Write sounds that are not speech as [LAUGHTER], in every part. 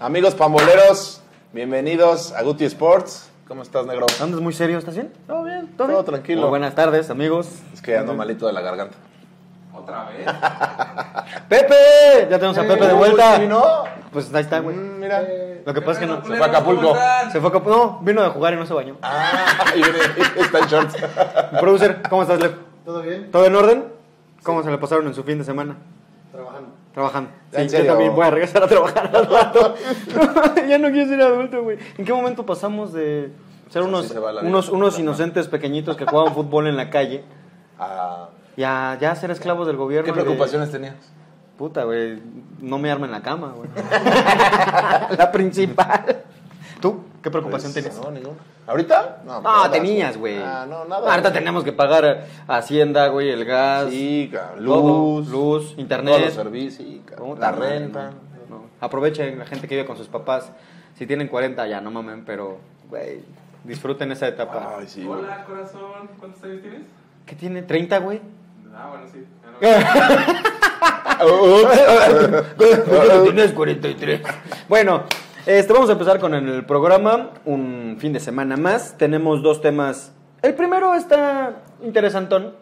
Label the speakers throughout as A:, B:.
A: Amigos pamboleros, bienvenidos a Guti Sports. ¿Cómo estás, negro?
B: ¿Andas muy serio? ¿Estás bien? ¿Todo bien? ¿Todo,
A: Todo
B: bien?
A: tranquilo.
B: Muy buenas tardes, amigos.
A: Es que ando malito de la garganta.
C: Otra
A: [LAUGHS]
C: vez.
B: ¡Pepe! Ya tenemos a Pepe de vuelta.
A: ¿Sí, no?
B: Pues ahí está, güey.
A: Mm, mira.
B: Lo que pasa es que no.
A: Se fue a Acapulco.
B: Se fue a Acapulco. No, vino de jugar y no se bañó.
A: Ah, y viene- está en shorts.
B: Producer, ¿cómo estás, Lev?
D: ¿Todo bien?
B: ¿Todo en orden? ¿Cómo se le pasaron en su fin de semana?
D: Trabajando.
B: Trabajando.
A: Ya, en
B: Sí, yo
A: serio.
B: también voy a regresar a trabajar al rato. [LAUGHS] ya no quiero ser adulto, güey. ¿En qué momento pasamos de ser
A: Así
B: unos,
A: se va la vida.
B: unos, unos inocentes pequeñitos que jugaban fútbol en la calle
A: Ah,
B: y a ya ser esclavos del gobierno?
A: ¿Qué
B: y de-
A: preocupaciones tenías?
B: Puta, güey, no me armen la cama,
A: [LAUGHS]
B: güey. la principal. ¿Tú? ¿Qué preocupación
A: Pues,
B: tenías?
A: No, ninguna. ¿Ahorita?
B: No,
A: nada.
B: tenías, güey.
A: Ah, no, nada.
B: Ahorita tenemos que pagar Hacienda, güey, el gas.
A: Sí, cabrón.
B: todo,
A: luz,
B: luz,
A: todos los
B: internet.
A: servicios, sí, cabrón.
B: Puta
A: la
B: madre,
A: renta.
B: no, no. Aprovechen la gente que vive con sus papás. Si tienen 40 ya, no mamen, pero, güey, disfruten esa etapa.
A: Ay, sí, güey.
C: Hola, corazón. ¿Cuántos años tienes?
B: ¿Qué tiene? ¿30, güey?
C: Ah, bueno, sí.
A: Eh.
C: Ya no-
B: Tienes 43. Bueno, este, vamos a empezar con el programa. Un fin de semana más. Tenemos dos temas. El primero está interesantón.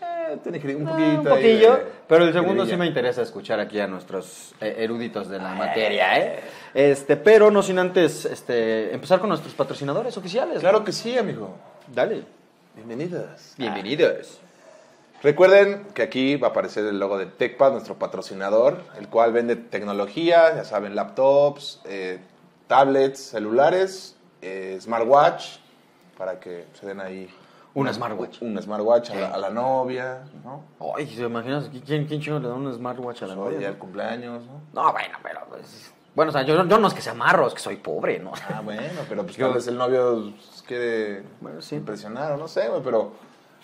A: Eh, tiene que- un
B: ah,
A: poquito.
B: un
A: ahí de-
B: poquillo. Pero el segundo
A: jiribilla.
B: sí me interesa escuchar aquí a nuestros eh, eruditos de la materia, ¿eh? Este, pero no sin antes este, empezar con nuestros patrocinadores oficiales.
A: Claro que sí, amigo.
B: Dale.
A: Bienvenidas.
B: Bienvenidos.
A: Recuerden que aquí va a aparecer el logo de TechPad, nuestro patrocinador, el cual vende tecnología, ya saben, laptops, eh, tablets, celulares, eh, smartwatch, para que se den ahí
B: Un smartwatch.
A: un smartwatch a la, a la novia, ¿no?
B: Ay, ¿se imaginas? ¿Quién, quién chino le da un smartwatch a la
A: Hoy
B: novia?
A: el cumpleaños, ¿no?
B: No, bueno, pero pues. Bueno, o sea, yo, yo no es que sea amarro, es que soy pobre, ¿no?
A: Ah, bueno, pero
B: [LAUGHS]
A: pues
B: Yo-
A: tal vez el novio pues, quiere
B: Bueno, sí.
A: impresionar o no sé, güey, pero,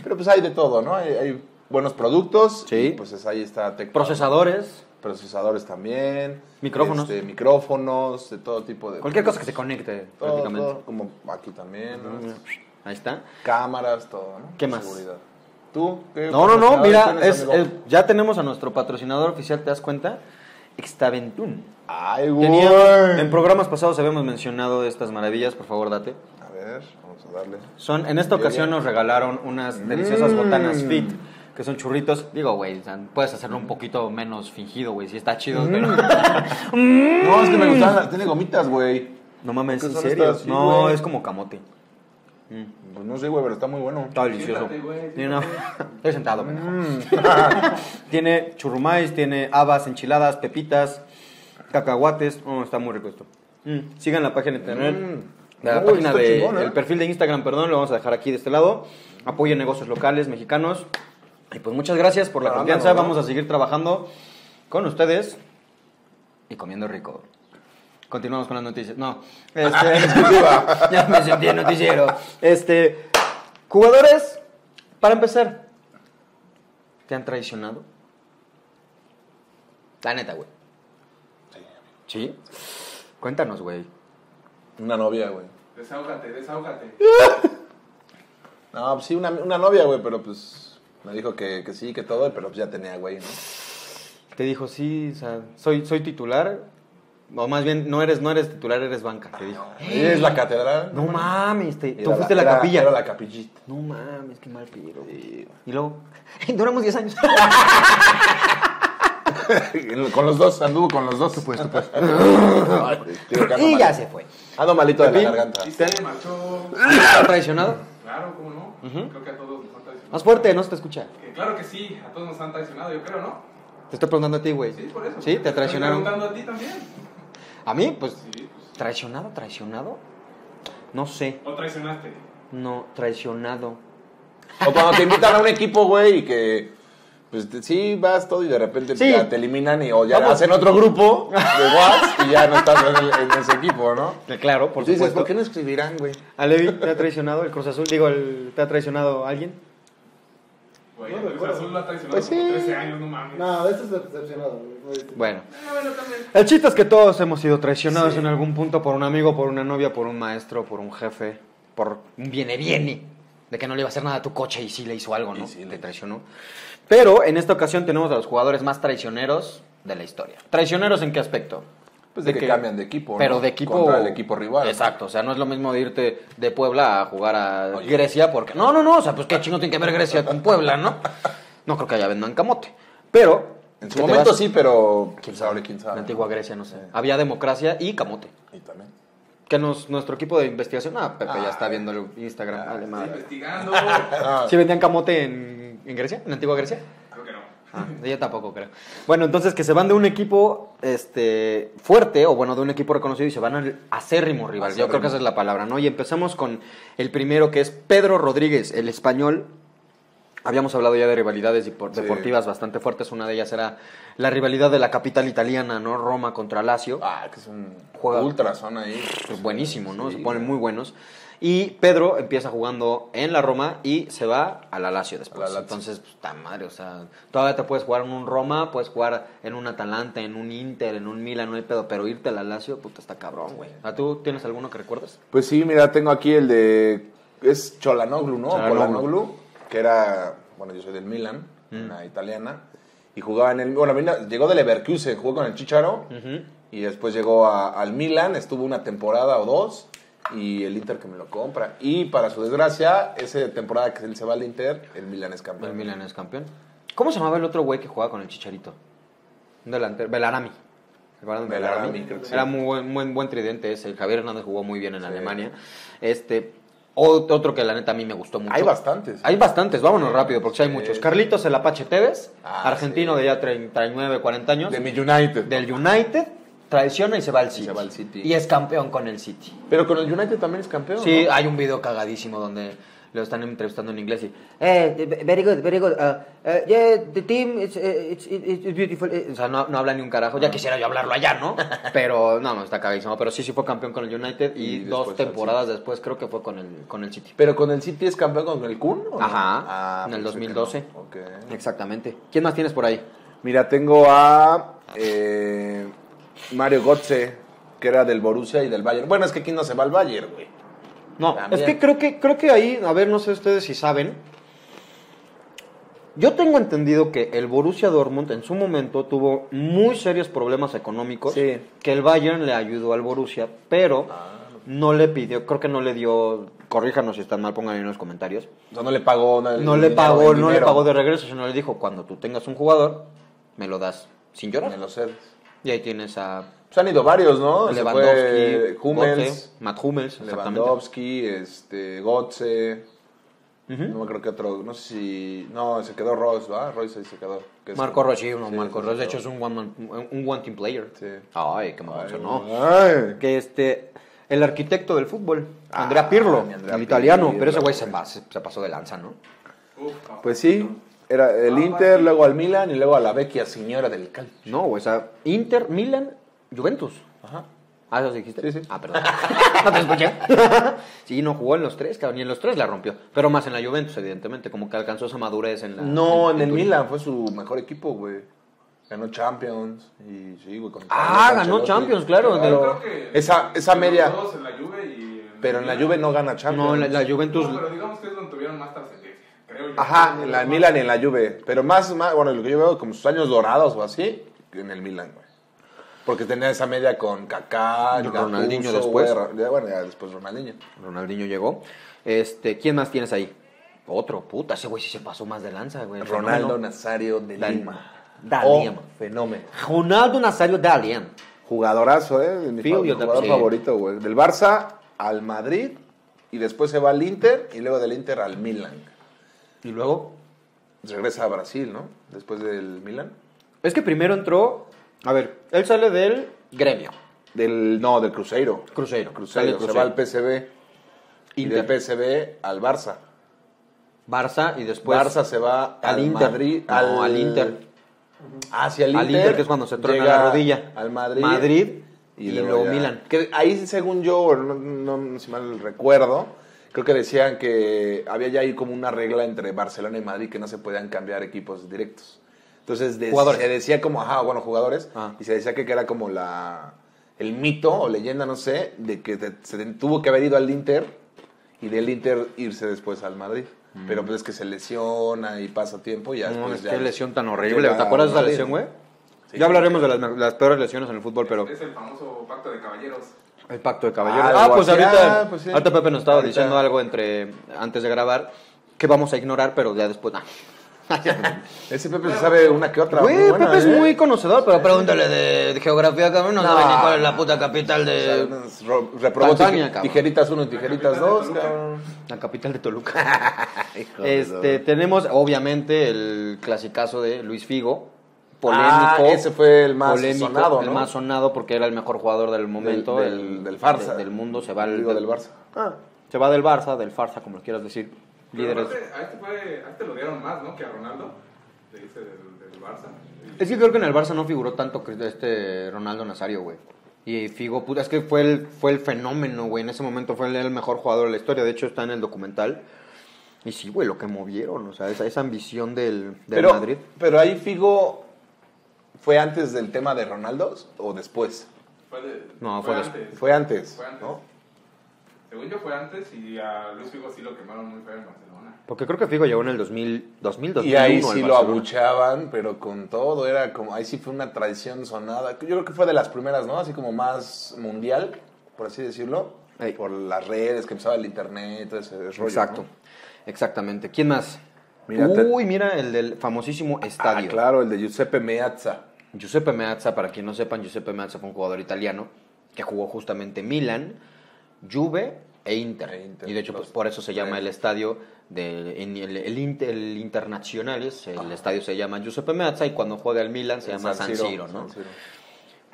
A: pero pues hay de todo, ¿no? Hay, hay buenos productos,
B: Sí.
A: y, pues es- ahí está TechPad.
B: Procesadores,
A: procesadores también,
B: Micrófonos.
A: este, micrófonos, de todo tipo de
B: cualquier cosa que se conecte,
A: Todo,
B: prácticamente. Mm.
A: todo, como aquí también, ¿no?
B: Ahí está.
A: cámaras, todo, ¿no?
B: ¿Qué más?
A: Seguridad. ¿Tú? ¿Qué
B: No, no, no,
A: patrocinador
B: mira,
A: tienes,
B: es-
A: amigo?
B: es- ya tenemos a nuestro patrocinador oficial, ¿te das cuenta? Extaventún.
A: Ay,
B: Tenía-
A: güey.
B: en programas pasados habíamos mencionado estas maravillas, por favor, date.
A: A ver, vamos a darle.
B: Son, en esta
A: Bien,
B: ocasión
A: bien.
B: nos regalaron unas deliciosas
A: Mm.
B: botanas fit, que son churritos. Digo, güey, o sea, puedes hacerlo un poquito menos fingido, güey, si está chido, pero...
A: No, es que me gustan, las- tiene gomitas, güey.
B: No mames,
A: ¿Qué
B: ¿en
A: son
B: serio?
A: estas? Sí,
B: no,
A: güey.
B: es como camote.
A: Pues no sé, güey, pero está muy bueno.
B: Está delicioso.
C: Siéntate, güey,
B: Tiene una- [LAUGHS] Estoy sentado, me
A: Mm.
B: [LAUGHS] tiene churrumais, tiene habas, enchiladas, pepitas, cacahuates. Oh, está muy rico esto. Mm, Sigan la página de internet.
A: Mm.
B: La
A: Uy,
B: página
A: está
B: de,
A: chingón, ¿eh?
B: el perfil de Instagram, perdón, lo vamos a dejar aquí de este lado. Apoyen negocios locales, mexicanos. Y pues muchas gracias por la
A: Claro,
B: confianza.
A: ándalo, ¿no?
B: Vamos a seguir trabajando con ustedes y comiendo rico. Continuamos con las noticias. No. Este, [LAUGHS] ya me sentí en noticiero. Este, jugadores, para empezar, ¿te han traicionado? La neta, güey. Sí. Cuéntanos, güey.
A: Una novia, güey.
C: Desahógate, desahógate.
A: Eh. No, pues sí, una, una novia, güey, pero pues me dijo que, que sí, que todo, pero pues ya tenía, güey, ¿no?
B: Te dijo, sí, o sea, soy, soy titular. O más bien, no eres, no eres titular, eres banca, te dijo.
A: Y es la catedral.
B: No mames, te,
A: Era
B: tú fuiste a la
A: era-
B: capilla.
A: Era la capillita.
B: No mames, qué mal pido. güey.
A: Sí, güey.
B: Y luego, [LAUGHS] duramos 10 años.
A: Con los dos, anduvo con los dos. Supuesto, [LAUGHS] pues.
B: [LAUGHS]
A: y
B: se fue.
A: Ando malito de la
B: En fin.
A: garganta.
C: Y se marchó.
B: ¿Te han traicionado?
C: Claro, ¿cómo no? Creo que a todos nos han traicionado.
B: Más fuerte, no se te escucha.
C: Que claro que sí, a todos nos han traicionado, yo creo, ¿no?
B: Te estoy preguntando a ti, güey.
C: Sí, por eso.
B: Sí, te traicionaron.
C: Estoy preguntando a ti también.
B: ¿A mí? Pues,
C: Sí, pues.
B: ¿traicionado, traicionado? No sé.
C: ¿O traicionaste?
B: No, traicionado.
A: O cuando te invitan a un equipo, güey, y que. Pues te- sí, vas todo y de repente
B: Sí.
A: ya te eliminan y o ya
B: Vamos.
A: hacen otro grupo [LAUGHS] de WhatsApp y ya no estás en, el- en ese equipo, ¿no?
B: Claro, por
A: Pues dices,
B: supuesto.
A: ¿por qué no escribirán, güey?
B: Alevi, [LAUGHS] ¿te ha traicionado el Cruz Azul? Digo, el- ¿te ha traicionado alguien?
C: Güey,
D: No
C: el Cruz
D: recuerdo.
C: Azul lo ha traicionado
A: Pues sí.
C: como 13 años, no mames.
D: No, esto es decepcionado. güey. Este-
B: Bueno.
C: Ah, bueno, también.
B: El chiste es que todos hemos sido traicionados en algún punto por un amigo, por una novia, por un maestro, por un jefe, por un viene viene de que no le iba a hacer nada a tu coche y sí le hizo algo, ¿no?
A: Y sí le
B: te
A: hizo.
B: traicionó. Pero en esta ocasión tenemos a los jugadores más traicioneros de la historia. ¿Traicioneros en qué aspecto?
A: Pues de, que, cambian de equipo,
B: Pero
A: ¿no?
B: de equipo.
A: Contra el equipo rival.
B: Exacto, o sea, no es lo mismo de irte de Puebla a jugar a
A: Oye.
B: Grecia, porque. No, no, no, o sea, pues qué chingo tiene que ver Grecia con Puebla, ¿no? No creo que allá vendan camote. Pero.
A: En
B: que
A: su
B: te
A: momento
B: vas-
A: sí, pero quién
B: sabe?
A: sabe, quién sabe.
B: La antigua Grecia, no sé. Había democracia y camote.
A: Y también.
B: Que nos, nuestro equipo de investigación. Ah, Pepe ya está
A: Ah.
B: viendo el Instagram.
A: Ah,
B: vale,
C: Estoy
B: madre.
A: [LAUGHS]
C: investigando.
A: Ah,
B: ¿Sí vendían camote en, en Grecia? ¿En la antigua Grecia?
C: Creo que no.
B: Ah, yo tampoco creo. Bueno, entonces que se van de un equipo este, fuerte, o bueno, de un equipo reconocido, y se van al acérrimo rival. Yo creo que esa es la palabra, ¿no? Y empezamos con el primero, que es Pedro Rodríguez, el español. Habíamos hablado ya de rivalidades dipo-
A: Sí.
B: deportivas bastante fuertes. Una de ellas era la rivalidad de la capital italiana, ¿no? Roma contra Lazio.
A: ah, que es un
B: Juega-
A: ultra son ahí.
B: Pues buenísimo, ¿no?
A: Sí,
B: se ponen
A: güey.
B: muy buenos. Y Pedro empieza jugando en la Roma y se va a la Lazio
A: A la
B: después.
A: Lazio.
B: Entonces, puta madre, o sea, todavía te puedes jugar en un Roma, puedes jugar en un Atalanta, en un Inter, en un Milan, no hay pedo, pero irte a la Lazio, puta, está cabrón, güey. ¿A tú tienes alguno que recuerdas?
A: Pues sí, mira, tengo aquí el de. Es Cholanoglu, ¿no?
B: Cholanoglu.
A: Cholanoglu, que era. Bueno, yo soy del Milan,
B: Mm.
A: una italiana. Y jugaba en el. Bueno, vino- llegó del Leverkusen, jugó con el Chicharo.
B: Mm.
A: Y después llegó a- al Milan, estuvo una temporada o dos. Y el Inter que me lo compra. Y para su desgracia, esa temporada que él se va al Inter, el Milan es campeón.
B: El Milan es campeón. ¿Cómo se llamaba el otro güey que jugaba con el Chicharito? Un delantero, Belarami. ¿Se acuerdan de
A: Bellarami,
B: Bellarami?
A: creo que sí.
B: Era muy buen, buen, buen tridente ese. Javier Hernández jugó muy bien en
A: Sí.
B: Alemania. Este, ot- otro que la neta a mí me gustó mucho.
A: Hay bastantes.
B: Hay bastantes, vámonos
A: Sí,
B: rápido porque sí hay
A: sí,
B: muchos.
A: sí.
B: Carlitos el Apache Tevez,
A: Ah,
B: argentino
A: sí.
B: de ya 39, 40 años,
A: De mi United.
B: del United, traiciona y se va al City.
A: se va al City.
B: Y es campeón con el City.
A: Pero con el United también es campeón.
B: Sí,
A: ¿no?
B: hay un video cagadísimo donde lo están entrevistando en inglés y eh, very good, very good. uh, uh, yeah, the team it's, eh, it's, it's- it's beautiful. eh. O sea, no, no habla ni un carajo. Ya quisiera yo hablarlo allá, [LAUGHS] ¿no? Pero no, no está cagadísimo. Pero sí, sí fue campeón con el United y,
A: Y
B: dos
A: después al
B: temporadas después creo que fue con el con el City.
A: Pero con el City es campeón con el Kun. ¿o no?
B: Ajá,
A: Ah,
B: en el
A: pensé que
B: 2012.
A: no. Ok.
B: Exactamente. ¿Quién más tienes por ahí?
A: Mira, tengo a eh, Mario Götze, que era del Borussia y del Bayern. Bueno, es que aquí no se va al Bayern, güey.
B: No,
A: También.
B: es que creo que creo que ahí, a ver, no sé ustedes si saben. Yo tengo entendido que el Borussia Dortmund en su momento tuvo muy serios problemas económicos,
A: Sí. Ah.
B: que el Bayern le ayudó al Borussia, pero no le pidió, creo que no le dio, corríjanos si están mal, pónganlo en los comentarios.
A: O sea, no le pagó. No, el
B: No le
A: dinero,
B: pagó,
A: el
B: no le
A: dinero.
B: pagó de regreso, sino le dijo, cuando tú tengas un jugador, me lo das sin
A: Me
B: llorar.
A: lo sé.
B: Y ahí tienes a
A: Pues han ido varios, ¿no? Se
B: Lewandowski,
A: fue Hummels,
B: Götze, Matt Hummels, exactamente.
A: Lewandowski, este, Götze.
B: Ujú.
A: No me creo que otro. No sé si. No, se quedó Royce, ¿va? Royce ahí se quedó. que es-
B: Marco Rossi, no,
A: Sí,
B: Marco
A: sí,
B: Rossi. De
A: sí.
B: hecho, es un one, man- un- un one team player.
A: Sí.
B: Ay, qué mamón
A: Ay,
B: sonó.
A: ay.
B: Que este, el arquitecto del fútbol,
A: Ah,
B: Andrea Pirlo,
A: mi Andrea
B: el italiano.
A: Pirlo,
B: pero ese güey se,
A: güey.
B: pas- se pasó de lanza, ¿no?
C: Uf, papá.
A: Pues sí. Era
B: Ah,
A: el Inter, luego al Milan y luego a la vecchia señora del Cal.
B: No, güey, o sea, Inter, Milan, Juventus.
A: Ajá.
B: Ah, ¿eso dijiste?
A: Sí, sí.
B: Ah, perdón. [LAUGHS] no te escuché. [LAUGHS] sí, no jugó en los tres, cabrón. Y en los tres la rompió. Pero más en la Juventus, evidentemente. Como que alcanzó esa madurez en la.
A: No, en, el
B: Turín.
A: Milan fue su mejor equipo, güey. Ganó Champions y sí, güey. con-
B: Ah,
A: con
B: ganó
A: Ancelotti.
B: Champions, claro,
C: Yo
B: pero-
C: creo que.
A: Esa, esa
C: los
A: media.
C: dos en la Juve y.
A: Pero en la Juve no gana Champions.
B: No, la, la Juventus.
C: No, pero digamos que es donde tuvieron más trascendencia. Creo yo.
A: Ajá, en la Milan y en la Juve. Pero más, más, bueno, lo que yo veo como sus años dorados o así, en el Milan, güey. Porque tenía esa media con Kaká,
B: Y
A: Gattuso,
B: Ronaldinho
A: güey,
B: después.
A: Ra- bueno, ya después Ronaldinho.
B: Ronaldinho llegó. Este, ¿quién más tienes ahí? Otro, puta, ese güey sí se pasó más de lanza, güey. El
A: Ronaldo
B: fenómeno.
A: Nazario de
B: Dal-
A: Lima.
B: Dalian.
A: Oh, fenómeno.
B: Ronaldo Nazario Dalian.
A: Jugadorazo, ¿eh? de Mi
B: Figo
A: fa-
B: y el Tata-
A: jugador
B: sí.
A: favorito, güey. Del Barça al Madrid y después se va al Inter y luego del Inter al Milan. Pues
B: Y luego.
A: Regresa a Brasil, ¿no? Después del Milan.
B: Es que primero entró. A ver, él sale del gremio.
A: Del, no, del Cruzeiro.
B: Cruzeiro.
A: Cruzeiro.
B: Sale
A: Se va al PSV. Y del
B: Inter.
A: PSV al Barça.
B: Barça y después.
A: Barça se va
B: al
A: al,
B: Inter.
A: Madrid.
B: No, al Inter.
A: Hacia el
B: Al
A: Inter.
B: Inter, que es cuando se truena
A: llega
B: la rodilla.
A: Al Madrid.
B: Madrid y, luego
A: ya-
B: Milan.
A: Que ahí, según yo, no, no- no- si mal recuerdo, creo que decían que había ya ahí como una regla entre Barcelona y Madrid que no se podían cambiar equipos directos. Entonces de-
B: Jugadores.
A: se decía como, ajá, bueno, jugadores,
B: Ah.
A: y se decía que era como la el mito o leyenda, no sé, de que te- se te- tuvo que haber ido al Inter y del Inter irse después al Madrid. Pero pues es que se lesiona y pasa tiempo y ya
B: Mm. No,
A: después
B: es
A: ya-
B: qué lesión tan
A: llega
B: horrible. ¿Te
A: al
B: acuerdas de esa
A: Madrid.
B: lesión, güey?
A: Sí.
B: ya hablaremos de las, me- las peores lesiones en el fútbol, pero
C: Es el famoso pacto de caballeros.
B: el pacto de caballeros.
A: Ah,
B: Ah,
A: algo
B: pues
A: así.
B: ahorita,
A: Ah, pues sí.
B: ahorita Pepe nos estaba
A: Ahorita.
B: diciendo algo entre antes de grabar que vamos a ignorar, pero ya después. nah.
A: Ese Pepe se sabe una que otra. muy
B: Güey,
A: buena,
B: Pepe es
A: ¿eh?
B: muy conocedor, pero pregúntale de geografía, cabrón. No, sabe ni cuál es la puta capital
A: O sea,
B: de.
A: nos ro- reprobó
B: Tanzania,
A: tije-
B: cabrón.
A: tijeritas uno y tijeritas
C: capital de
A: dos,
C: Toluca.
A: cabrón.
B: La capital de Toluca.
A: [LAUGHS] Hijo de
B: Este,
A: Dios.
B: tenemos, obviamente, el clasicazo de Luis Figo. Polémico.
A: Ah, ese fue el más
B: polémico,
A: sonado,
B: El
A: ¿no?
B: más sonado porque era el mejor jugador del momento.
A: del-
B: el-
A: del Barça.
B: de- del mundo se va
A: Digo, del Barça.
B: Se va del Barça, del Farsa, como lo quieras decir.
C: Pero
B: Líderes.
C: aparte, a este fue, a este lo dieron más, ¿no? Que a Ronaldo. Le dice del, del Barça.
B: Es que creo que en el Barça no figuró tanto que este Ronaldo Nazario, güey. Y Figo, puta, es que fue el, fue el fenómeno, güey. En ese momento fue el, el mejor jugador de la historia. De hecho, está en el documental. Y sí, güey, lo que movieron. O sea, esa, esa ambición del, del
A: Pero,
B: Madrid.
A: pero ahí Figo fue antes del tema de Ronaldo o después.
C: Fue de-
B: No, fue después.
C: antes.
A: Fue antes.
C: Fue antes.
A: ¿no?
C: Según yo fue antes y a Luis Figo sí lo quemaron muy feo en Barcelona.
B: Porque creo que Figo llegó en el 2000, 2000
A: Y ahí sí
B: 2001 al
A: lo
B: Barcelona.
A: abucheaban, pero con todo, era como, ahí sí fue una traición sonada. Yo creo que fue de las primeras, ¿no? Así como más mundial, por así decirlo.
B: Ey.
A: Por las redes, que empezaba el internet, todo ese rollo.
B: Exacto,
A: ¿no?
B: exactamente. ¿Quién más?
A: Mira, te-
B: Uy, mira el del famosísimo
A: Ah,
B: estadio.
A: claro, el de Giuseppe Meazza.
B: Giuseppe Meazza, para quien no sepan, Giuseppe Meazza fue un jugador italiano que jugó justamente en Milan, Juve e Inter.
A: E Inter,
B: y de hecho, pues
A: los
B: por eso se llama
A: tres.
B: el estadio de en el, el, Inter- el Internacionales, el estadio se llama Giuseppe Meazza y cuando juega el Milan se
A: El
B: llama San Siro, ¿no?
A: San Siro.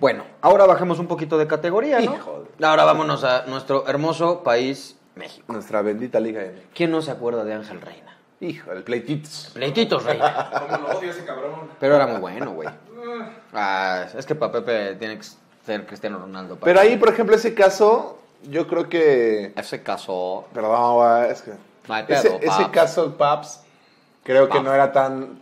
B: Bueno, ahora bajemos un poquito de categoría, ¿no?
A: Hijo
B: Ahora vámonos a nuestro hermoso país, México.
A: Nuestra bendita Liga M.
B: ¿Quién no se acuerda de Ángel Reina?
A: Hijo, el pleititos.
B: Pleititos, Reina.
C: Como lo odio ese cabrón.
B: Pero era muy
A: [LAUGHS]
B: bueno, güey.
C: Ah.
B: Ah, es que para Pepe tiene que ser Cristiano Ronaldo. para-
A: Pero ahí, por ejemplo, ese caso, yo creo que...
B: Ese caso.
A: Perdón, güey, es que...
B: No hay pedo,
A: Ese, ese
B: paps.
A: caso del Paps, creo que
B: Paps.
A: no era tan,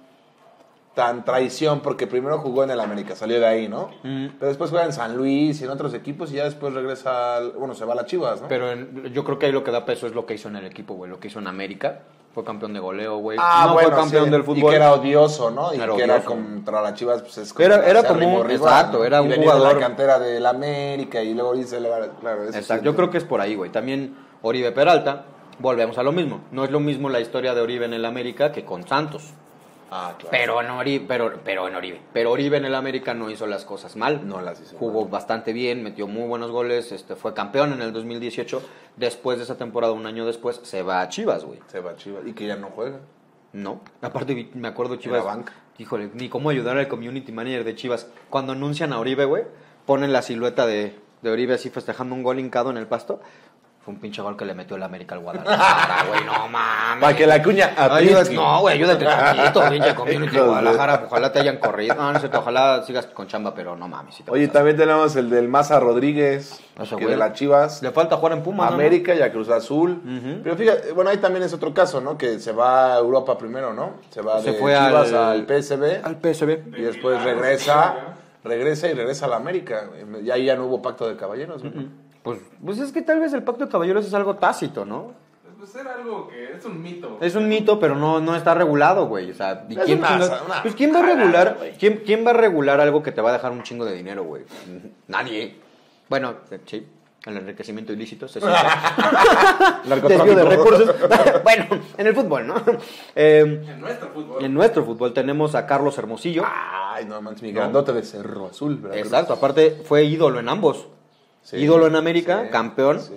A: tan traición, porque primero jugó en el América, salió de ahí, ¿no?
B: Mm.
A: Pero después juega en San Luis y en otros equipos y ya después regresa, al- bueno, se va a las Chivas, ¿no?
B: Pero en- yo creo que ahí lo que da peso es lo que hizo en el equipo, güey. Lo que hizo en América. Fue campeón de goleo, güey.
A: ah,
B: no
A: bueno,
B: fue campeón
A: sí,
B: del
A: Y
B: fútbol.
A: que era odioso, ¿no? Y
B: Era
A: que era
B: odioso.
A: contra las Chivas, pues es
B: Era-
A: contra
B: era
A: el
B: como un-
A: acérrimo rival,
B: exacto,
A: ¿no?
B: era
A: Y
B: un
A: venía de
B: jugador-
A: la cantera del América y luego dice, claro, eso
B: Exacto.
A: sí.
B: Yo creo que es por ahí, güey. También Oribe Peralta. Volvemos a lo mismo. No es lo mismo la historia de Oribe en el América que con Santos.
A: Ah, claro.
B: Pero en Oribe, pero, pero en Oribe. Pero Oribe en el América no hizo las cosas mal.
A: No las hizo
B: Jugó
A: mal.
B: bastante bien, metió muy buenos goles, este, fue campeón en el 2018. Después de esa temporada, un año después, se va a Chivas, güey.
A: Se va a Chivas y que ya no juega.
B: No. Aparte, vi- me acuerdo Chivas.
A: la banca.
B: Híjole, ni cómo ayudar al community manager de Chivas. Cuando anuncian a Oribe, güey, ponen la silueta de, de Oribe así festejando un gol hincado en el pasto. Fue un pinche gol que le metió el América al Guadalajara, güey. [LAUGHS] No mames.
A: Para que la cuña
B: Ayuda-
A: apriete.
B: no, güey, ayúdate tantito, pinche community de
A: Hijos de-
B: Guadalajara. Ojalá te hayan corrido. No, no es cierto, ojalá sigas con chamba, pero no mames. sí te
A: Oye,
B: pasaste.
A: también tenemos el del Maza Rodríguez,
B: O sea,
A: que
B: güey,
A: de las Chivas,
B: Le falta jugar en Pumas. ¿no?
A: América y a Cruz Azul.
B: Ujú.
A: Pero fíjate, bueno, ahí también es otro caso, ¿no? Que se va a Europa primero, ¿no? Se va
B: Se
A: de
B: fue
A: Chivas
B: al-
A: al, PSV
B: Al PSV.
A: y después regresa, regresa y regresa a la América. Y ahí ya no hubo pacto de caballeros, güey.
B: Pues, pues es que tal vez el pacto de caballeros es algo tácito, ¿no?
C: Pues era algo que es un mito.
B: Es un mito, pero no, no está regulado, güey. O sea, ¿y
A: Es
B: quién,
A: una-
B: chingas-
A: una
B: pues, ¿quién va a
A: jalada,
B: regular?
A: güey.
B: ¿quién, quién va a regular algo que te va a dejar un chingo de dinero, güey? Mm, Nadie. Bueno, eh, sí, el enriquecimiento ilícito
A: [LAUGHS]
B: se siente. Desvío de recursos. [LAUGHS] bueno, en el fútbol, ¿no? Eh,
C: En nuestro fútbol.
B: en nuestro fútbol tenemos a Carlos Hermosillo.
A: Ay, no manches, mi grandote de Cerro Azul, ¿verdad?
B: Ah. Exacto, aparte fue ídolo en ambos.
A: Sí,
B: ídolo en América,
A: sí,
B: campeón.
A: sí.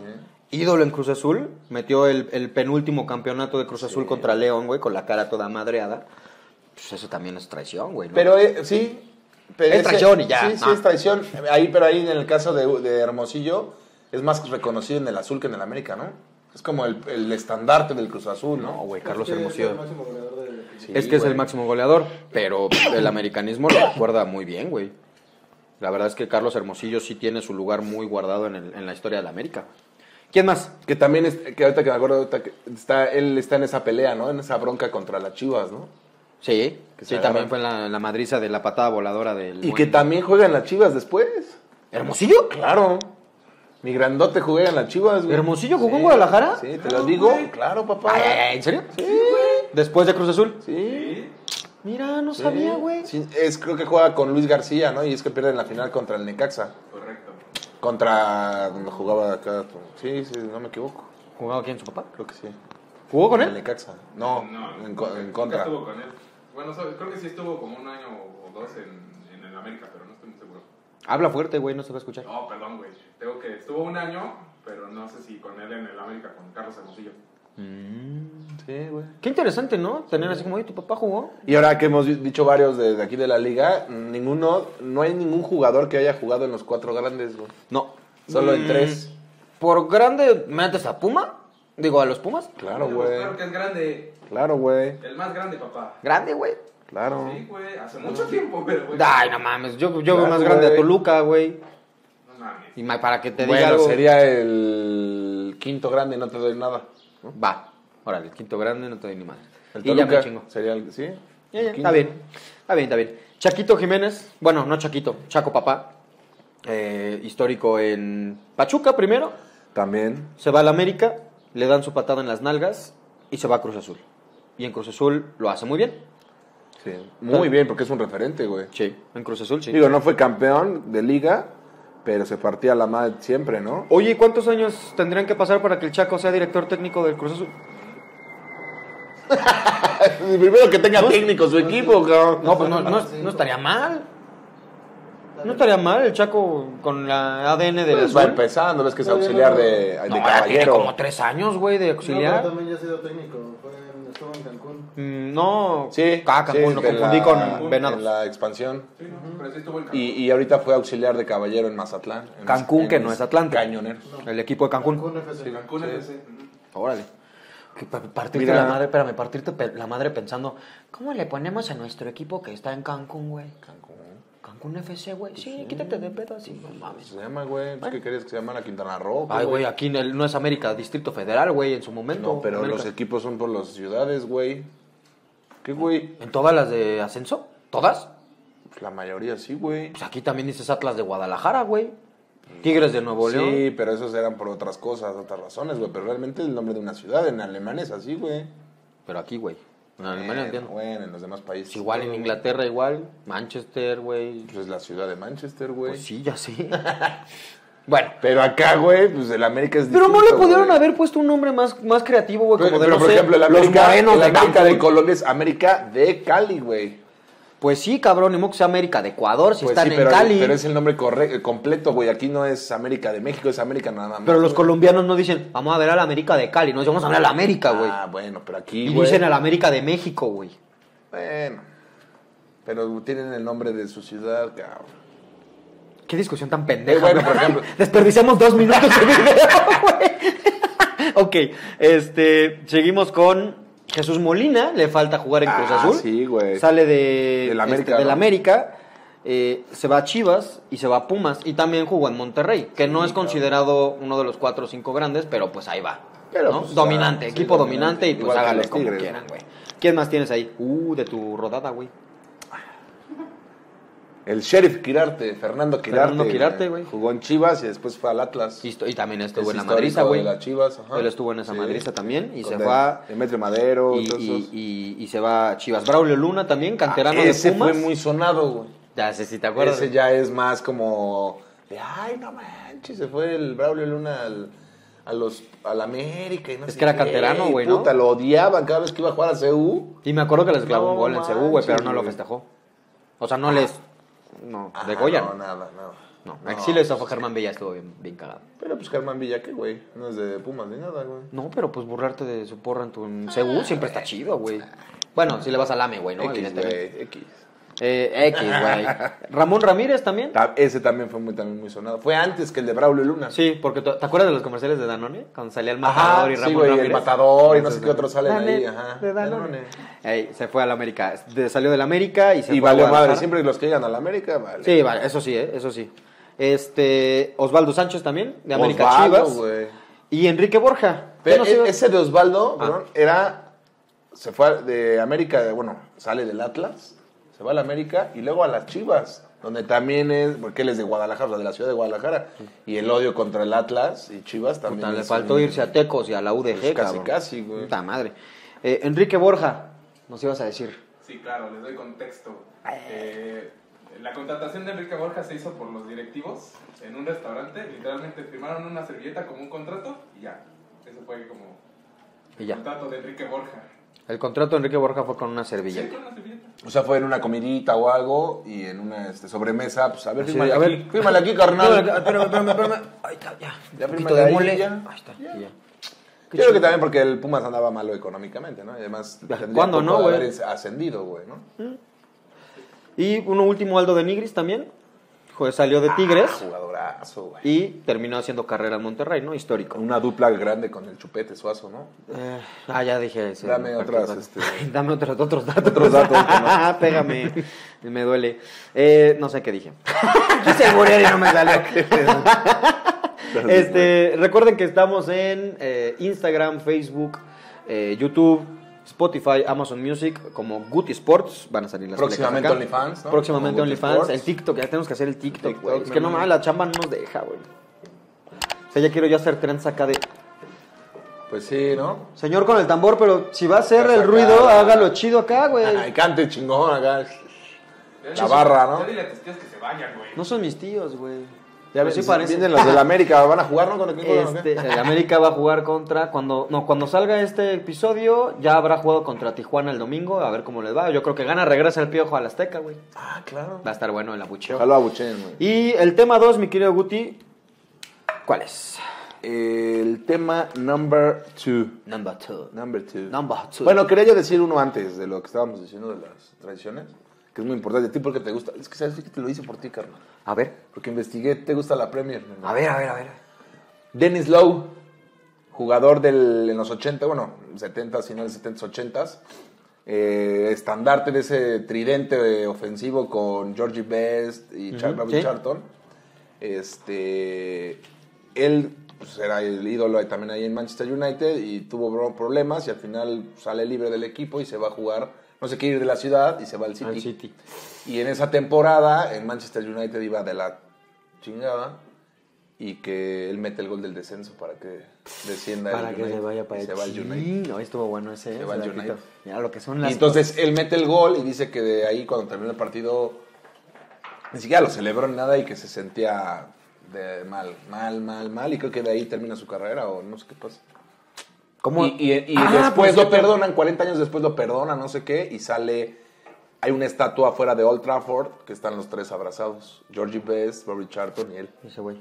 B: Ídolo en Cruz Azul, metió el, el penúltimo campeonato de Cruz Azul contra León, güey, con la cara toda madreada. Pues eso también es traición, güey. ¿no?
A: Pero eh, sí. pero
B: Es
A: ese-
B: traición y ya,
A: Sí, sí,
B: no.
A: es traición. Ahí, pero ahí en el caso de, de Hermosillo, es más reconocido en el azul que en el América, ¿no? Es como el, el estandarte del Cruz Azul,
B: no,
A: ¿no?
B: güey, Carlos
D: Es que es el
B: Hermosillo.
D: máximo goleador del-
A: Sí,
B: es que es el
A: güey.
B: máximo goleador, pero el americanismo lo recuerda muy bien, güey. La verdad es que Carlos Hermosillo sí tiene su lugar muy guardado en, el- en la historia de la América. ¿Quién más?
A: Que también, es, que ahorita que me acuerdo, ahorita que está, él está en esa pelea, ¿no? En esa bronca contra las Chivas, ¿no?
B: Sí,
A: Que se
B: sí,
A: agarra.
B: también fue en la, en la madriza de la patada voladora del.
A: Y
B: buen-
A: que también juega en las Chivas después.
B: ¿Hermosillo?
A: Claro. Mi grandote juega en las Chivas, güey.
B: ¿Hermosillo jugó en Guadalajara?
A: Sí, te
C: Claro,
A: lo digo.
C: güey.
A: Claro, papá.
B: Ay, ay, ay, ¿En serio? Sí, güey. Después de Cruz Azul.
A: Sí.
C: Sí.
B: Mira, no sabía,
A: Sí,
B: güey.
A: sí, es, creo que juega con Luis García, ¿no? Y es que pierden la final contra el Necaxa.
C: Correcto.
A: Contra cuando jugaba acá. Sí, sí, no me equivoco.
B: ¿Jugaba aquí en su papá?
A: Creo que sí.
B: ¿Jugó con
A: El
B: él?
A: Necaxa. No, en, co- en
C: nunca
A: contra.
C: estuvo con él. Bueno, so- creo que sí estuvo como un año o dos en, en el América, pero no estoy muy seguro.
B: Habla fuerte, güey, no se va a escuchar.
C: No, perdón, güey. Tengo que estuvo un año, pero no sé si con él en el América, con Carlos Hermosillo.
A: Sí, güey.
B: Qué interesante, ¿no? Tener así como, oye, tu papá jugó.
A: Y ahora que hemos dicho varios de, de aquí de la liga, ninguno, no hay ningún jugador que haya jugado en los cuatro grandes, güey.
B: No.
A: Solo en
B: Mm,
A: tres.
B: Por grande, metes a Puma. Digo, a los Pumas.
A: Claro,
C: Pero,
A: güey.
C: Claro que es grande.
A: Claro, güey.
C: El más grande, papá.
B: Grande, güey.
A: Claro.
C: Sí, güey. Hace mucho tiempo, pero, güey.
B: Pues, Ay, no mames. Yo, yo veo
A: Claro,
B: más grande a
A: güey.
B: Toluca, güey.
C: No mames.
B: Y ma- para que te diga
A: Bueno,
B: algo.
A: sería el quinto grande, no te doy nada.
B: Va. Órale, el quinto grande, no te doy ni madre.
A: El
B: y ya me
A: Toluca
B: chingo.
A: Sería el, ¿sí?
B: Ya, ya,
A: El
B: Está
A: quinto.
B: bien, está bien, está bien. Chaquito Jiménez, bueno, no Chaquito, Chaco Papá, eh, histórico en Pachuca primero,
A: También.
B: se va al América, le dan su patada en las nalgas y se va a Cruz Azul. Y en Cruz Azul lo hace muy bien.
A: Sí. Muy bien, porque es un referente, güey.
B: Sí, en Cruz Azul sí.
A: Digo, no fue campeón de liga, pero se partía la madre siempre, ¿no?
B: Oye, ¿y ¿cuántos años tendrían que pasar para que el Chaco sea director técnico del Cruz Azul?
A: Primero que tenga técnico su equipo, cabrón.
B: No, pues no, no, no estaría mal. No estaría mal el Chaco con la ADN del
A: Pues va
B: Azul.
A: empezando, ves que es
D: No, yo
A: auxiliar
D: no-
A: de, de
B: No, ya tiene
A: caballero.
B: como tres años, güey, de auxiliar.
D: No, pero también ya ha sido técnico. Fue, en- estuvo en Cancún.
B: Mm, No,
A: Sí,
B: Ah, Cancún,
A: sí,
B: lo
A: en
B: confundí
A: la-
B: con
A: En
B: Venados.
A: la expansión.
C: Sí, no, pero sí estuvo el
A: Y, y ahorita fue auxiliar de caballero en Mazatlán. En-
B: Cancún,
A: en-
B: que no es Atlante.
A: Cañoneros.
B: El equipo de Cancún.
D: Cancún FC.
C: campeón. Cancún
A: Sí.
C: FC. Ujú.
B: Órale. Que pa- Partirte
A: Mira.
B: la madre, espérame, partirte pe- la madre pensando, ¿cómo le ponemos a nuestro equipo que está en Cancún, güey?
A: Cancún.
B: Cancún FC, güey. Sí, quítate de pedo así, no mames.
A: Se llama, güey. Pues, ¿Qué querías que se llamara Quintana Roo?
B: Ay, güey, aquí en el- no es América, Distrito Federal, güey, en su momento.
A: No, pero
B: América.
A: los equipos son por las ciudades, güey. ¿Qué, güey?
B: ¿En todas las de ascenso? ¿Todas?
A: Pues la mayoría sí, güey.
B: Pues aquí también dices Atlas de Guadalajara, güey. Tigres de Nuevo León.
A: Sí, pero esos eran por otras cosas, otras razones, güey. Pero realmente el nombre de una ciudad en alemán es así, güey.
B: Pero aquí, güey. En Alemania,
A: Eh,
B: entiendo. Pues
A: Bueno, en los demás países.
B: Igual en Inglaterra, igual. Manchester, güey.
A: Pues la ciudad de Manchester, güey.
B: Pues sí,
A: [LAUGHS]
B: ya sé. bueno.
A: Pero acá, güey, pues el América es
B: Pero no le
A: distinto,
B: pudieron
A: güey.
B: haber puesto un nombre más, más creativo, güey,
A: Pero,
B: como de
A: pero,
B: no
A: por
B: sé,
A: ejemplo, el
B: los
A: América,
B: morenos
A: el
B: de
A: América de
B: Cancún.
A: Colombia es América de Cali, güey.
B: Pues sí, cabrón, ni modo que sea América de Ecuador, si
A: Pues
B: están
A: sí, pero,
B: en Cali.
A: pero
B: Pero,
A: es el nombre correcto, completo, güey. Aquí no es América de México, es América nada más.
B: los
A: güey.
B: colombianos no dicen, vamos a ver a la América de Cali, no vamos a ver a la América, güey.
A: Ah, bueno, pero aquí,
B: y
A: güey.
B: dicen a la América de México, güey.
A: Bueno. Pero tienen el nombre de su ciudad, cabrón.
B: Qué discusión tan pendeja.
A: Eh, bueno,
B: güey.
A: por ejemplo.
B: [LAUGHS] Desperdiciamos dos minutos de video, güey. [LAUGHS] ok, este, seguimos con Jesús Molina. Le falta jugar en Cruz
A: Ah,
B: Azul.
A: sí, güey.
B: Sale de,
A: Del América,
B: este, del
A: ¿no?
B: América, eh, se va a Chivas y se va a Pumas. Y también jugó en Monterrey, que no es considerado uno de los cuatro o cinco grandes, pero pues ahí va.
A: Pero,
B: ¿no?
A: pues,
B: dominante,
A: ah, sí,
B: equipo dominante,
A: dominante.
B: y pues
A: Igual que
B: hágale
A: los
B: como
A: Tigres,
B: quieran,
A: ¿no?
B: güey. ¿Quién más tienes ahí? Uh, de tu rodada, güey.
A: El sheriff Quirarte, Fernando Quirarte. eh,
B: Fernando Quirarte, güey.
A: Jugó en Chivas y después fue al Atlas. Este
B: Y, esto- y también
A: Es
B: estuvo en la
A: histórico
B: madriza, güey.
A: de las Chivas, ajá.
B: Él estuvo en esa
A: Sí.
B: madriza también y se
A: Con
B: fue a-
A: Demetrio Madero,
B: y,
A: todos
B: y-
A: esos.
B: y- y se va a Chivas. Braulio Luna también, canterano
A: Ah, ese
B: de Pumas.
A: fue muy sonado, güey.
B: Ya sé si te acuerdas.
A: Ese ya es más como de, ay, no manches, se fue el Braulio Luna al, a los, al América y no
B: Es
A: sé
B: que era
A: qué,
B: canterano,
A: y
B: güey, ¿no?
A: Puta, lo odiaban cada vez que iba a jugar a CU.
B: Y me acuerdo que les clavó
A: No
B: un gol en Seúl, güey,
A: manches,
B: pero no lo
A: güey.
B: festejó. O sea, no les. No,
A: Ajá,
B: de Goya.
A: No,
B: No,
A: nada, nada.
B: aquí sí les fue Germán Villa, estuvo bien, bien cagado.
A: Pero pues Germán Villa, ¿qué, güey? No es de Pumas ni nada, güey.
B: No, pero pues burlarte de su porra en tu en CU siempre está chido, güey. Bueno, si le vas al AME, güey, ¿no?
A: X,
B: Evidentemente.
A: güey, X.
B: Eh, X, güey.
A: [LAUGHS]
B: Ramón Ramírez también.
A: Ta- Ese también fue muy, también muy sonado. Fue antes que el de Braulio Luna.
B: Sí, porque tú- ¿te acuerdas de los comerciales de Danone? Cuando salía el
A: Ajá,
B: matador y Ramón
A: sí, güey, el
B: Ramírez.
A: matador y no sé qué otros salen
B: Dale,
A: ahí, ajá.
B: de Danone.
A: Danone.
B: Ey, se fue al América. De- salió del América y se
A: Y
B: fue a
A: vale madre,
B: Guadalajara.
A: siempre los que llegan a la América, vale.
B: Sí, vale, eso sí, eh, eso sí. Este, Osvaldo Sánchez también, de América
A: Osvaldo,
B: Chivas.
A: güey.
B: Y Enrique Borja. ¿Qué
A: Pero
B: nos
A: e-
B: iba-
A: ese de Osvaldo,
B: Ah.
A: perdón, era. Se fue a- de América, bueno, sale del Atlas, se va a la América y luego a las Chivas, donde también es, porque él es de Guadalajara, o sea, de la ciudad de Guadalajara, y el odio contra el Atlas y Chivas también.
B: Mm. Puta, le
A: es
B: faltó
A: un-
B: irse a Tecos y a la UDG,
A: Pues casi,
B: cabrón.
A: casi, güey.
B: Puta madre. Eh, Enrique Borja, nos ibas a decir.
C: Sí, claro, les doy contexto. Eh, la contratación de Enrique Borja se hizo por los directivos en un restaurante. Literalmente firmaron una servilleta como un contrato y ya. Eso fue como
B: Y
C: el
B: ya.
C: contrato de Enrique Borja.
B: El contrato de Enrique Borja fue con una
C: Sí,
B: servilleta.
C: con una servilleta.
A: O sea, fue en una comidita o algo y en una este, sobremesa, pues a ver,
B: Así
A: fírmale
B: de, a
A: aquí.
B: ver.
A: Fírmale aquí,
B: No,
A: carnal.
B: espérame, espérame, espérame. Ahí está, ya.
A: Ya
B: Un poquito
A: fírmale
B: de
A: ahí,
B: mole.
A: ya.
B: Ahí está, y ya. Qué
A: Yo creo que
B: chido.
A: también porque el Pumas andaba malo económicamente, ¿no? Y además, tendría
B: ¿cuándo
A: poco
B: no,
A: de
B: güey?
A: haber ascendido, güey, ¿no?
B: Y uno último, Aldo de Nigris también. Joder, salió de Tigres
A: Ah, jugadorazo, güey.
B: y terminó haciendo carrera en Monterrey, ¿no? Histórico.
A: Una dupla grande con el chupete suazo, ¿no?
B: Eh, ah, ya dije eso.
A: Dame otras, este-
B: [LAUGHS] Dame otros, otros datos.
A: Otros
B: [LAUGHS]
A: datos que no-
B: Ah, pégame. me duele. Eh, no sé qué dije. [LAUGHS] Quise morir y no me
A: [LAUGHS]
B: salió. este, recuerden que estamos en eh, Instagram, Facebook, eh, YouTube. Spotify, Amazon Music, como Guti Sports, van a salir las
A: Próximamente
B: plecas acá.
A: OnlyFans, ¿no?
B: Próximamente
A: Como Guti
B: OnlyFans,
A: Sports.
B: el TikTok, ya tenemos que hacer el TikTok,
A: TikTok,
B: güey. Es que
A: mi
B: no
A: amor.
B: mames, la chamba no nos deja, güey. O sea, ya quiero yo hacer trends acá de
A: Pues sí, ¿no?
B: Señor con el tambor, pero si va a hacer
A: Pues
B: el
A: acá,
B: ruido,
A: la-
B: hágalo chido acá,
A: Ay,
B: güey.
A: cante chingón acá.
C: Ya
A: La
C: dile-
A: barra, ¿no?
C: Ya dile a tus tíos que se vayan, güey.
B: No son mis tíos, güey.
A: Ya ven,
B: Pero sí parece.
A: vienen los de la América, ¿van a jugar, no? Con el equipo, ¿no?
B: Este, el América va a jugar contra cuando no cuando salga este episodio ya habrá jugado contra Tijuana el domingo a ver cómo les va yo creo que gana regresa el piojo a la Azteca güey
A: Ah, claro.
B: va a estar bueno el abucheo
A: Ojalá abucheen, güey.
B: y el tema 2 mi querido Guti ¿cuál es?
A: El tema number two.
B: number 2
A: Number two.
B: number 2
A: Bueno, quería yo decir uno antes de lo que estábamos diciendo de las tradiciones, que es muy importante. ¿A ti por qué te gusta? Es que sabes que te lo hice por ti, carnal.
B: a ver
A: Porque investigué, te gusta la Premier. mi hermano.
B: a ver a ver a ver
A: Dennis Lowe, jugador del, en los 80, bueno, 70, finales 70, 80, eh, estandarte de ese tridente eh, ofensivo con Georgie Best y Charles
B: Ujú, sí.
A: Charlton. Este, él pues, era el ídolo ahí también ahí en Manchester United y tuvo bro- problemas y al final sale libre del equipo y se va a jugar, no se quiere ir de la ciudad y se va al
B: al City
A: y en esa temporada, en Manchester United iba de la chingada y que él mete el gol del descenso para que descienda
B: Para
A: el
B: que
A: United.
B: se vaya para
A: y
B: el
A: se va al United.
B: Chino. estuvo bueno ese.
A: Se va al
B: ese datito.
A: United.
B: Mira lo que son las
A: Y entonces él mete el gol y dice que de ahí cuando terminó el partido ni siquiera lo celebró ni nada y que se sentía de mal, mal, mal, mal y creo que de ahí termina su carrera o no sé qué pasa.
B: cosas. ¿Cómo?
A: Y, y- y
B: Ah,
A: después
B: pues,
A: lo perdonan, 40 años después lo perdonan, no sé qué, y sale. Hay una estatua afuera de Old Trafford que están los tres abrazados: Georgie Best, Bobby Charlton y él.
B: Ese güey.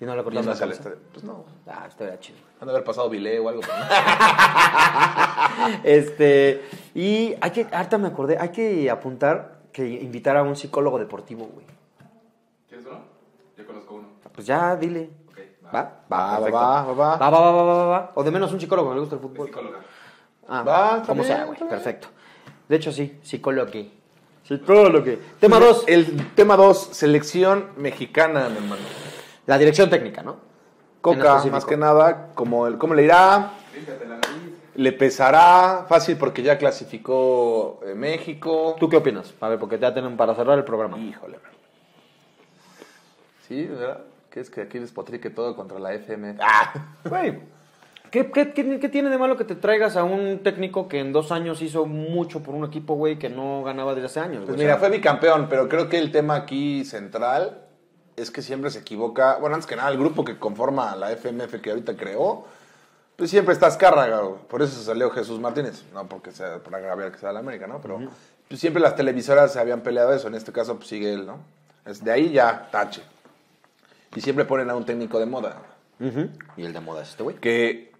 B: Y no lo
A: Y no
B: cortaron.
A: sale al estadio. Pues no,
B: Ah, esto era chido.
A: han de haber pasado Vilé o algo.
B: Este. Y hay que. Ahorita me acordé. Hay que apuntar que invitar a un psicólogo deportivo, güey.
C: ¿Quieres uno? Yo conozco uno.
B: Pues ya, dile.
C: Ok, va.
A: Va,
B: Va,
A: va,
B: perfecto.
A: va, va, va.
B: Va, va, va, va, va, va. O de menos un psicólogo que le gusta el
C: Es
B: fútbol.
C: psicóloga.
B: Ah,
A: Va, está
B: como
A: bien,
B: sea, güey.
A: está bien.
B: Perfecto. De hecho, sí, psicólogo. Psicólogo. Tema 2.
A: El tema 2, selección mexicana, mi hermano.
B: La dirección técnica, ¿no? En
A: Coca,
B: específico.
A: más que nada, como el, ¿cómo le irá?
C: Límpiate la nariz.
A: Le pesará, fácil porque ya clasificó eh, México.
B: ¿Tú qué opinas? A ver, porque ya tenemos para cerrar el programa.
A: Híjole, bro. Sí, ¿verdad? Que es que aquí despotrique todo contra la FM. ¡Ah!
B: Güey, ¿qué, qué, qué- qué tiene de malo que te traigas a un técnico que en dos años hizo mucho por un equipo, güey, que no ganaba desde hace años?
A: Pues
B: güey?
A: mira,
B: O sea,
A: fue bicampeón, pero creo que el tema aquí central es que siempre se equivoca. Bueno, antes que nada, el grupo que conforma la FMF que ahorita creó, pues siempre está Azcárraga, güey. Por eso salió Jesús Martínez. No porque sea, para agraviar que sea la América, ¿no? Pero pues, siempre las televisoras se habían peleado eso. En este caso, pues sigue él, ¿no? Es- De ahí ya, tache. Y siempre ponen a un técnico de moda.
B: Ujú. Y el de moda es este, güey.
A: que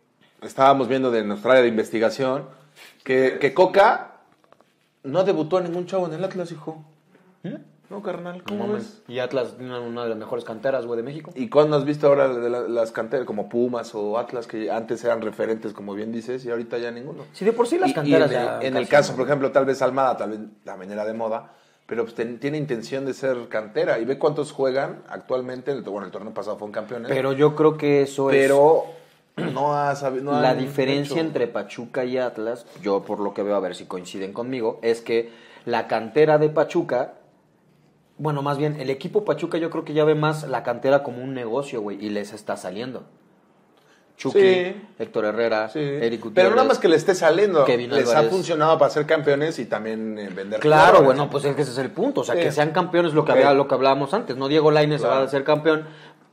A: estábamos viendo de nuestra área de investigación, que, que Coca no debutó en ningún chavo en el Atlas, hijo. No, carnal,
B: ¿Eh? No
A: ¿cómo
B: mames.
A: ves?
B: Y Atlas tiene una de las mejores canteras, güey, de México.
A: ¿Y cuándo has visto ahora de la- las canteras como Pumas o Atlas, que antes eran referentes, como bien dices, y ahorita ya ninguno?
B: Sí, de por sí las
A: Y- y
B: canteras.
A: en el,
B: ya
A: en el
B: casi-
A: caso, por ejemplo, tal vez Almada, tal vez también era de moda, pero pues ten- tiene intención de ser cantera. Y ve cuántos juegan actualmente. el- Bueno, el torneo pasado fueron campeones.
B: Pero yo creo que eso es.
A: pero no ha sabido. no
B: la
A: han
B: diferencia
A: hecho-
B: entre Pachuca y Atlas, yo por lo que veo, a ver si coinciden conmigo, es que la cantera de Pachuca, bueno, más bien, el equipo Pachuca yo creo que ya ve más la cantera como un negocio, güey, y les está saliendo. Chucky,
A: Sí.
B: Héctor Herrera,
A: Sí.
B: Eric
A: Pero
B: Gutiérrez.
A: nada más que le esté saliendo.
B: Kevin
A: les ha
B: Álvarez.
A: funcionado para ser campeones y también eh, vender.
B: Claro,
A: jugadores.
B: bueno, pues es que ese es el punto. O sea,
A: Sí.
B: que sean campeones lo que,
A: Ok.
B: había- lo que hablábamos antes. No Diego Lainez se va
A: Claro.
B: a ser campeón,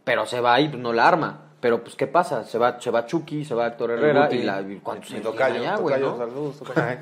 B: pero se va y pues, no la arma. Pero, pues, ¿qué pasa? Se va, se va Chucky, se va Héctor Herrera
A: Guti.
B: y la... y ¿Cuántos
A: Mi
B: se
A: tocayo,
B: tiene allá, güey,
A: tocayo,
B: no?
A: saludos, tocayo.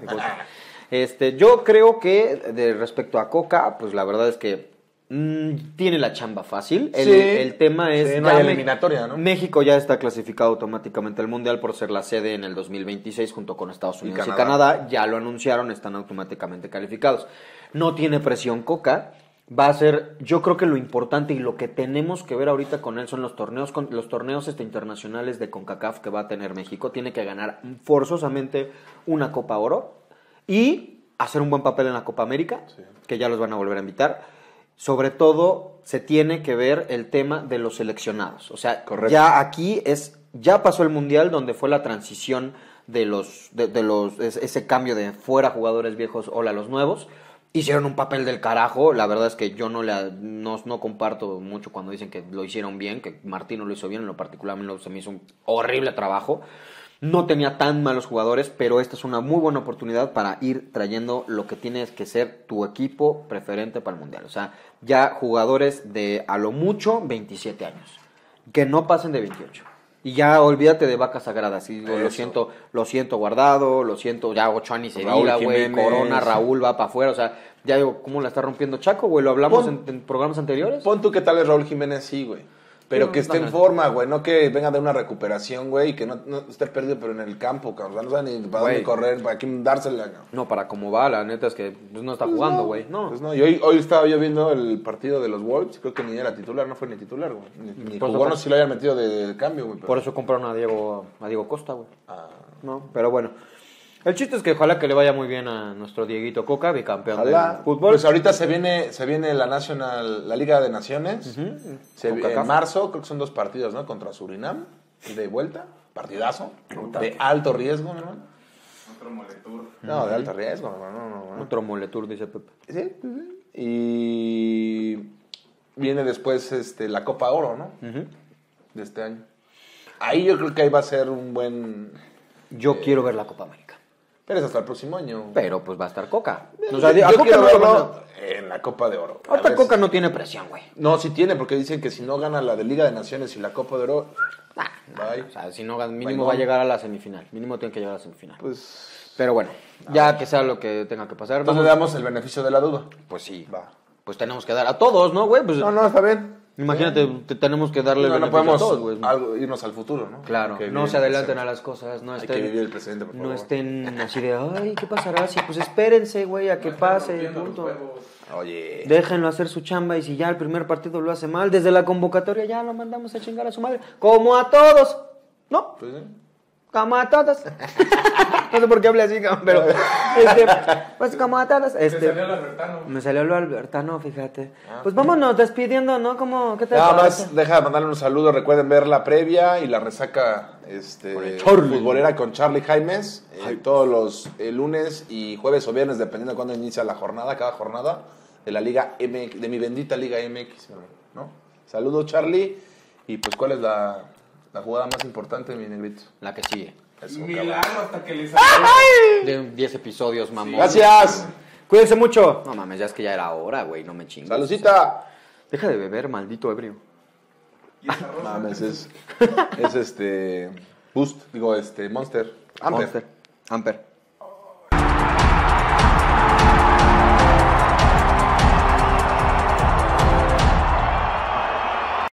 B: Este, yo creo que de respecto a Coca, pues la verdad es que mm, tiene la chamba fácil. El,
A: Sí.
B: el tema es
A: Sí, no hay
B: ya me-
A: eliminatoria, ¿no?
B: México ya está clasificado automáticamente al mundial por ser la sede en el 2026 junto con Estados
A: Y
B: Unidos y Canadá.
A: Canadá.
B: Ya lo anunciaron, están automáticamente calificados. No tiene presión Coca. Va a ser, yo creo que lo importante y lo que tenemos que ver ahorita con él son los torneos, con, los torneos este, internacionales de CONCACAF que va a tener México. Tiene que ganar forzosamente una Copa Oro y hacer un buen papel en la Copa América, que ya los van a volver a invitar. Sobre todo, se tiene que ver el tema de los seleccionados. O sea,
A: Correcto.
B: ya aquí es, ya pasó el Mundial donde fue la transición de los, de, de los, es- ese cambio de fuera jugadores viejos, hola los nuevos. Hicieron un papel del carajo, la verdad es que yo no, la, no, no comparto mucho cuando dicen que lo hicieron bien, que Martino lo hizo bien, en lo particular a mí lo- se me hizo un horrible trabajo. No tenía tan malos jugadores, pero esta es una muy buena oportunidad para ir trayendo lo que tienes que ser tu equipo preferente para el Mundial. O sea, ya jugadores de a lo mucho 27 años, que no pasen de 28. Y ya olvídate de vacas sagradas. Y digo, lo
A: Eso.
B: siento, lo siento guardado, lo siento, ya Ochoani se
A: Raúl
B: diga, güey,
A: Jiménez.
B: Corona, Raúl va para afuera. O sea, ya digo, ¿cómo la está rompiendo Chaco, güey? Lo hablamos
A: Pon-
B: en, en programas anteriores.
A: Pon tú que tal vez Raúl Jiménez sí, güey. Pero
B: No,
A: que esté en
B: no.
A: forma, güey. No que venga de una recuperación, güey. Y que no, no esté perdido, pero en el campo, cabrón. O sea, no sabe ni para
B: Güey.
A: dónde correr, para quién dársela, cabrón.
B: No, para cómo va, la neta es que pues, no está jugando, güey. No.
A: Pues no. Y hoy, hoy estaba yo viendo el partido de los Wolves. Creo que ni era titular, no fue ni titular, güey. Ni, ni
B: Por
A: jugó, no
B: supuesto.
A: sé si lo hayan metido de, de cambio, güey. pero-
B: Por eso compraron a Diego, a Diego Costa, güey.
A: Ah.
B: No, pero bueno. El chiste es que ojalá que le vaya muy bien a nuestro Dieguito Coca, bicampeón
A: Ojalá.
B: del fútbol.
A: Pues ahorita se viene, se viene la National, la Liga de Naciones. Se-
B: CONCACAF.
A: en marzo, creo que son dos partidos, ¿no? Contra Surinam, de vuelta. Partidazo. De alto riesgo, mi hermano.
C: Otro moletur.
A: No, de alto riesgo, mi hermano. no, no, no.
B: Otro moletur, dice Pepe.
A: Sí, sí, sí. Y viene después este, la Copa Oro, ¿no? De este año. Ahí yo creo que ahí va a ser un buen...
B: Yo quiero ver la Copa América.
A: Pero es hasta el próximo año.
B: Pero pues va a estar Coca.
A: Yo-
B: O sea, a
A: Eh, yo
B: Coca
A: quiero
B: no lo
A: verlo
B: van a-
A: en la Copa de Oro. A
B: Ahorita
A: ver si-
B: Coca no tiene presión, güey.
A: No, sí tiene, porque dicen que si no gana la de Liga de Naciones y la Copa de Oro, bye.
B: Ah, O sea, si no, mínimo
A: Bailón.
B: va a llegar a la semifinal. Mínimo tiene que llegar a la semifinal.
A: Pues
B: Pero bueno, ya que sea lo que tenga que pasar.
A: entonces le
B: vamos-
A: damos el beneficio de la duda.
B: Pues sí.
A: Va.
B: Pues tenemos que dar a todos, ¿no, güey? Pues,
A: No, no, está bien.
B: Imagínate, te- tenemos que darle
A: No, no
B: beneficio
A: podemos
B: a todos, güey.
A: algo- irnos al futuro, ¿no?
B: Claro,
A: Que
B: no
A: bien,
B: se adelanten
A: presente.
B: a las cosas, no
A: Hay
B: estén,
A: que vivir el presente, por
B: no
A: favor.
B: estén así de, ay, ¿qué pasará? Sí, pues espérense, güey, a que pase,
C: Rompiendo los
B: punto.
C: huevos.
A: Oye.
B: Déjenlo hacer su chamba y si ya el primer partido lo hace mal, desde la convocatoria ya lo mandamos a chingar a su madre, como a todos, ¿no?
A: Pues, ¿eh?
B: Como a todos. [LAUGHS] no sé por qué hablé así, cabrón, pero, este, pues como a todos.
C: Se salió
B: Este,
C: el Ah. Albertano.
B: me salió lo albertano, fíjate. Pues vámonos despidiendo, ¿no? Como, ¿qué te
A: Nada
B: parece?
A: más, deja de mandarle un saludo. Recuerden ver la previa y la resaca este,
B: Con el Charlie.
A: futbolera con Charlie Jaimes. eh, todos los eh, lunes y jueves o viernes, dependiendo de cuándo inicia la jornada, cada jornada de la Liga MX, de mi bendita Liga MX. ¿no? Saludos, Charlie. Y pues, ¿cuál es la, la jugada más importante, mi negrito?
B: La que sigue.
A: Eso, cabrón.
C: Milagro hasta que le salió.
B: De 10 episodios, mamón.
A: Gracias.
B: Cuídense mucho. No mames, ya es que ya era hora, güey, no me chingues.
A: Salucita.
B: Deja de beber, maldito ebrio.
C: Y esa rosa.
A: Mames, [LAUGHS] es, es este. Boost, digo, este, Monster. Amper.
B: Monster. Amper.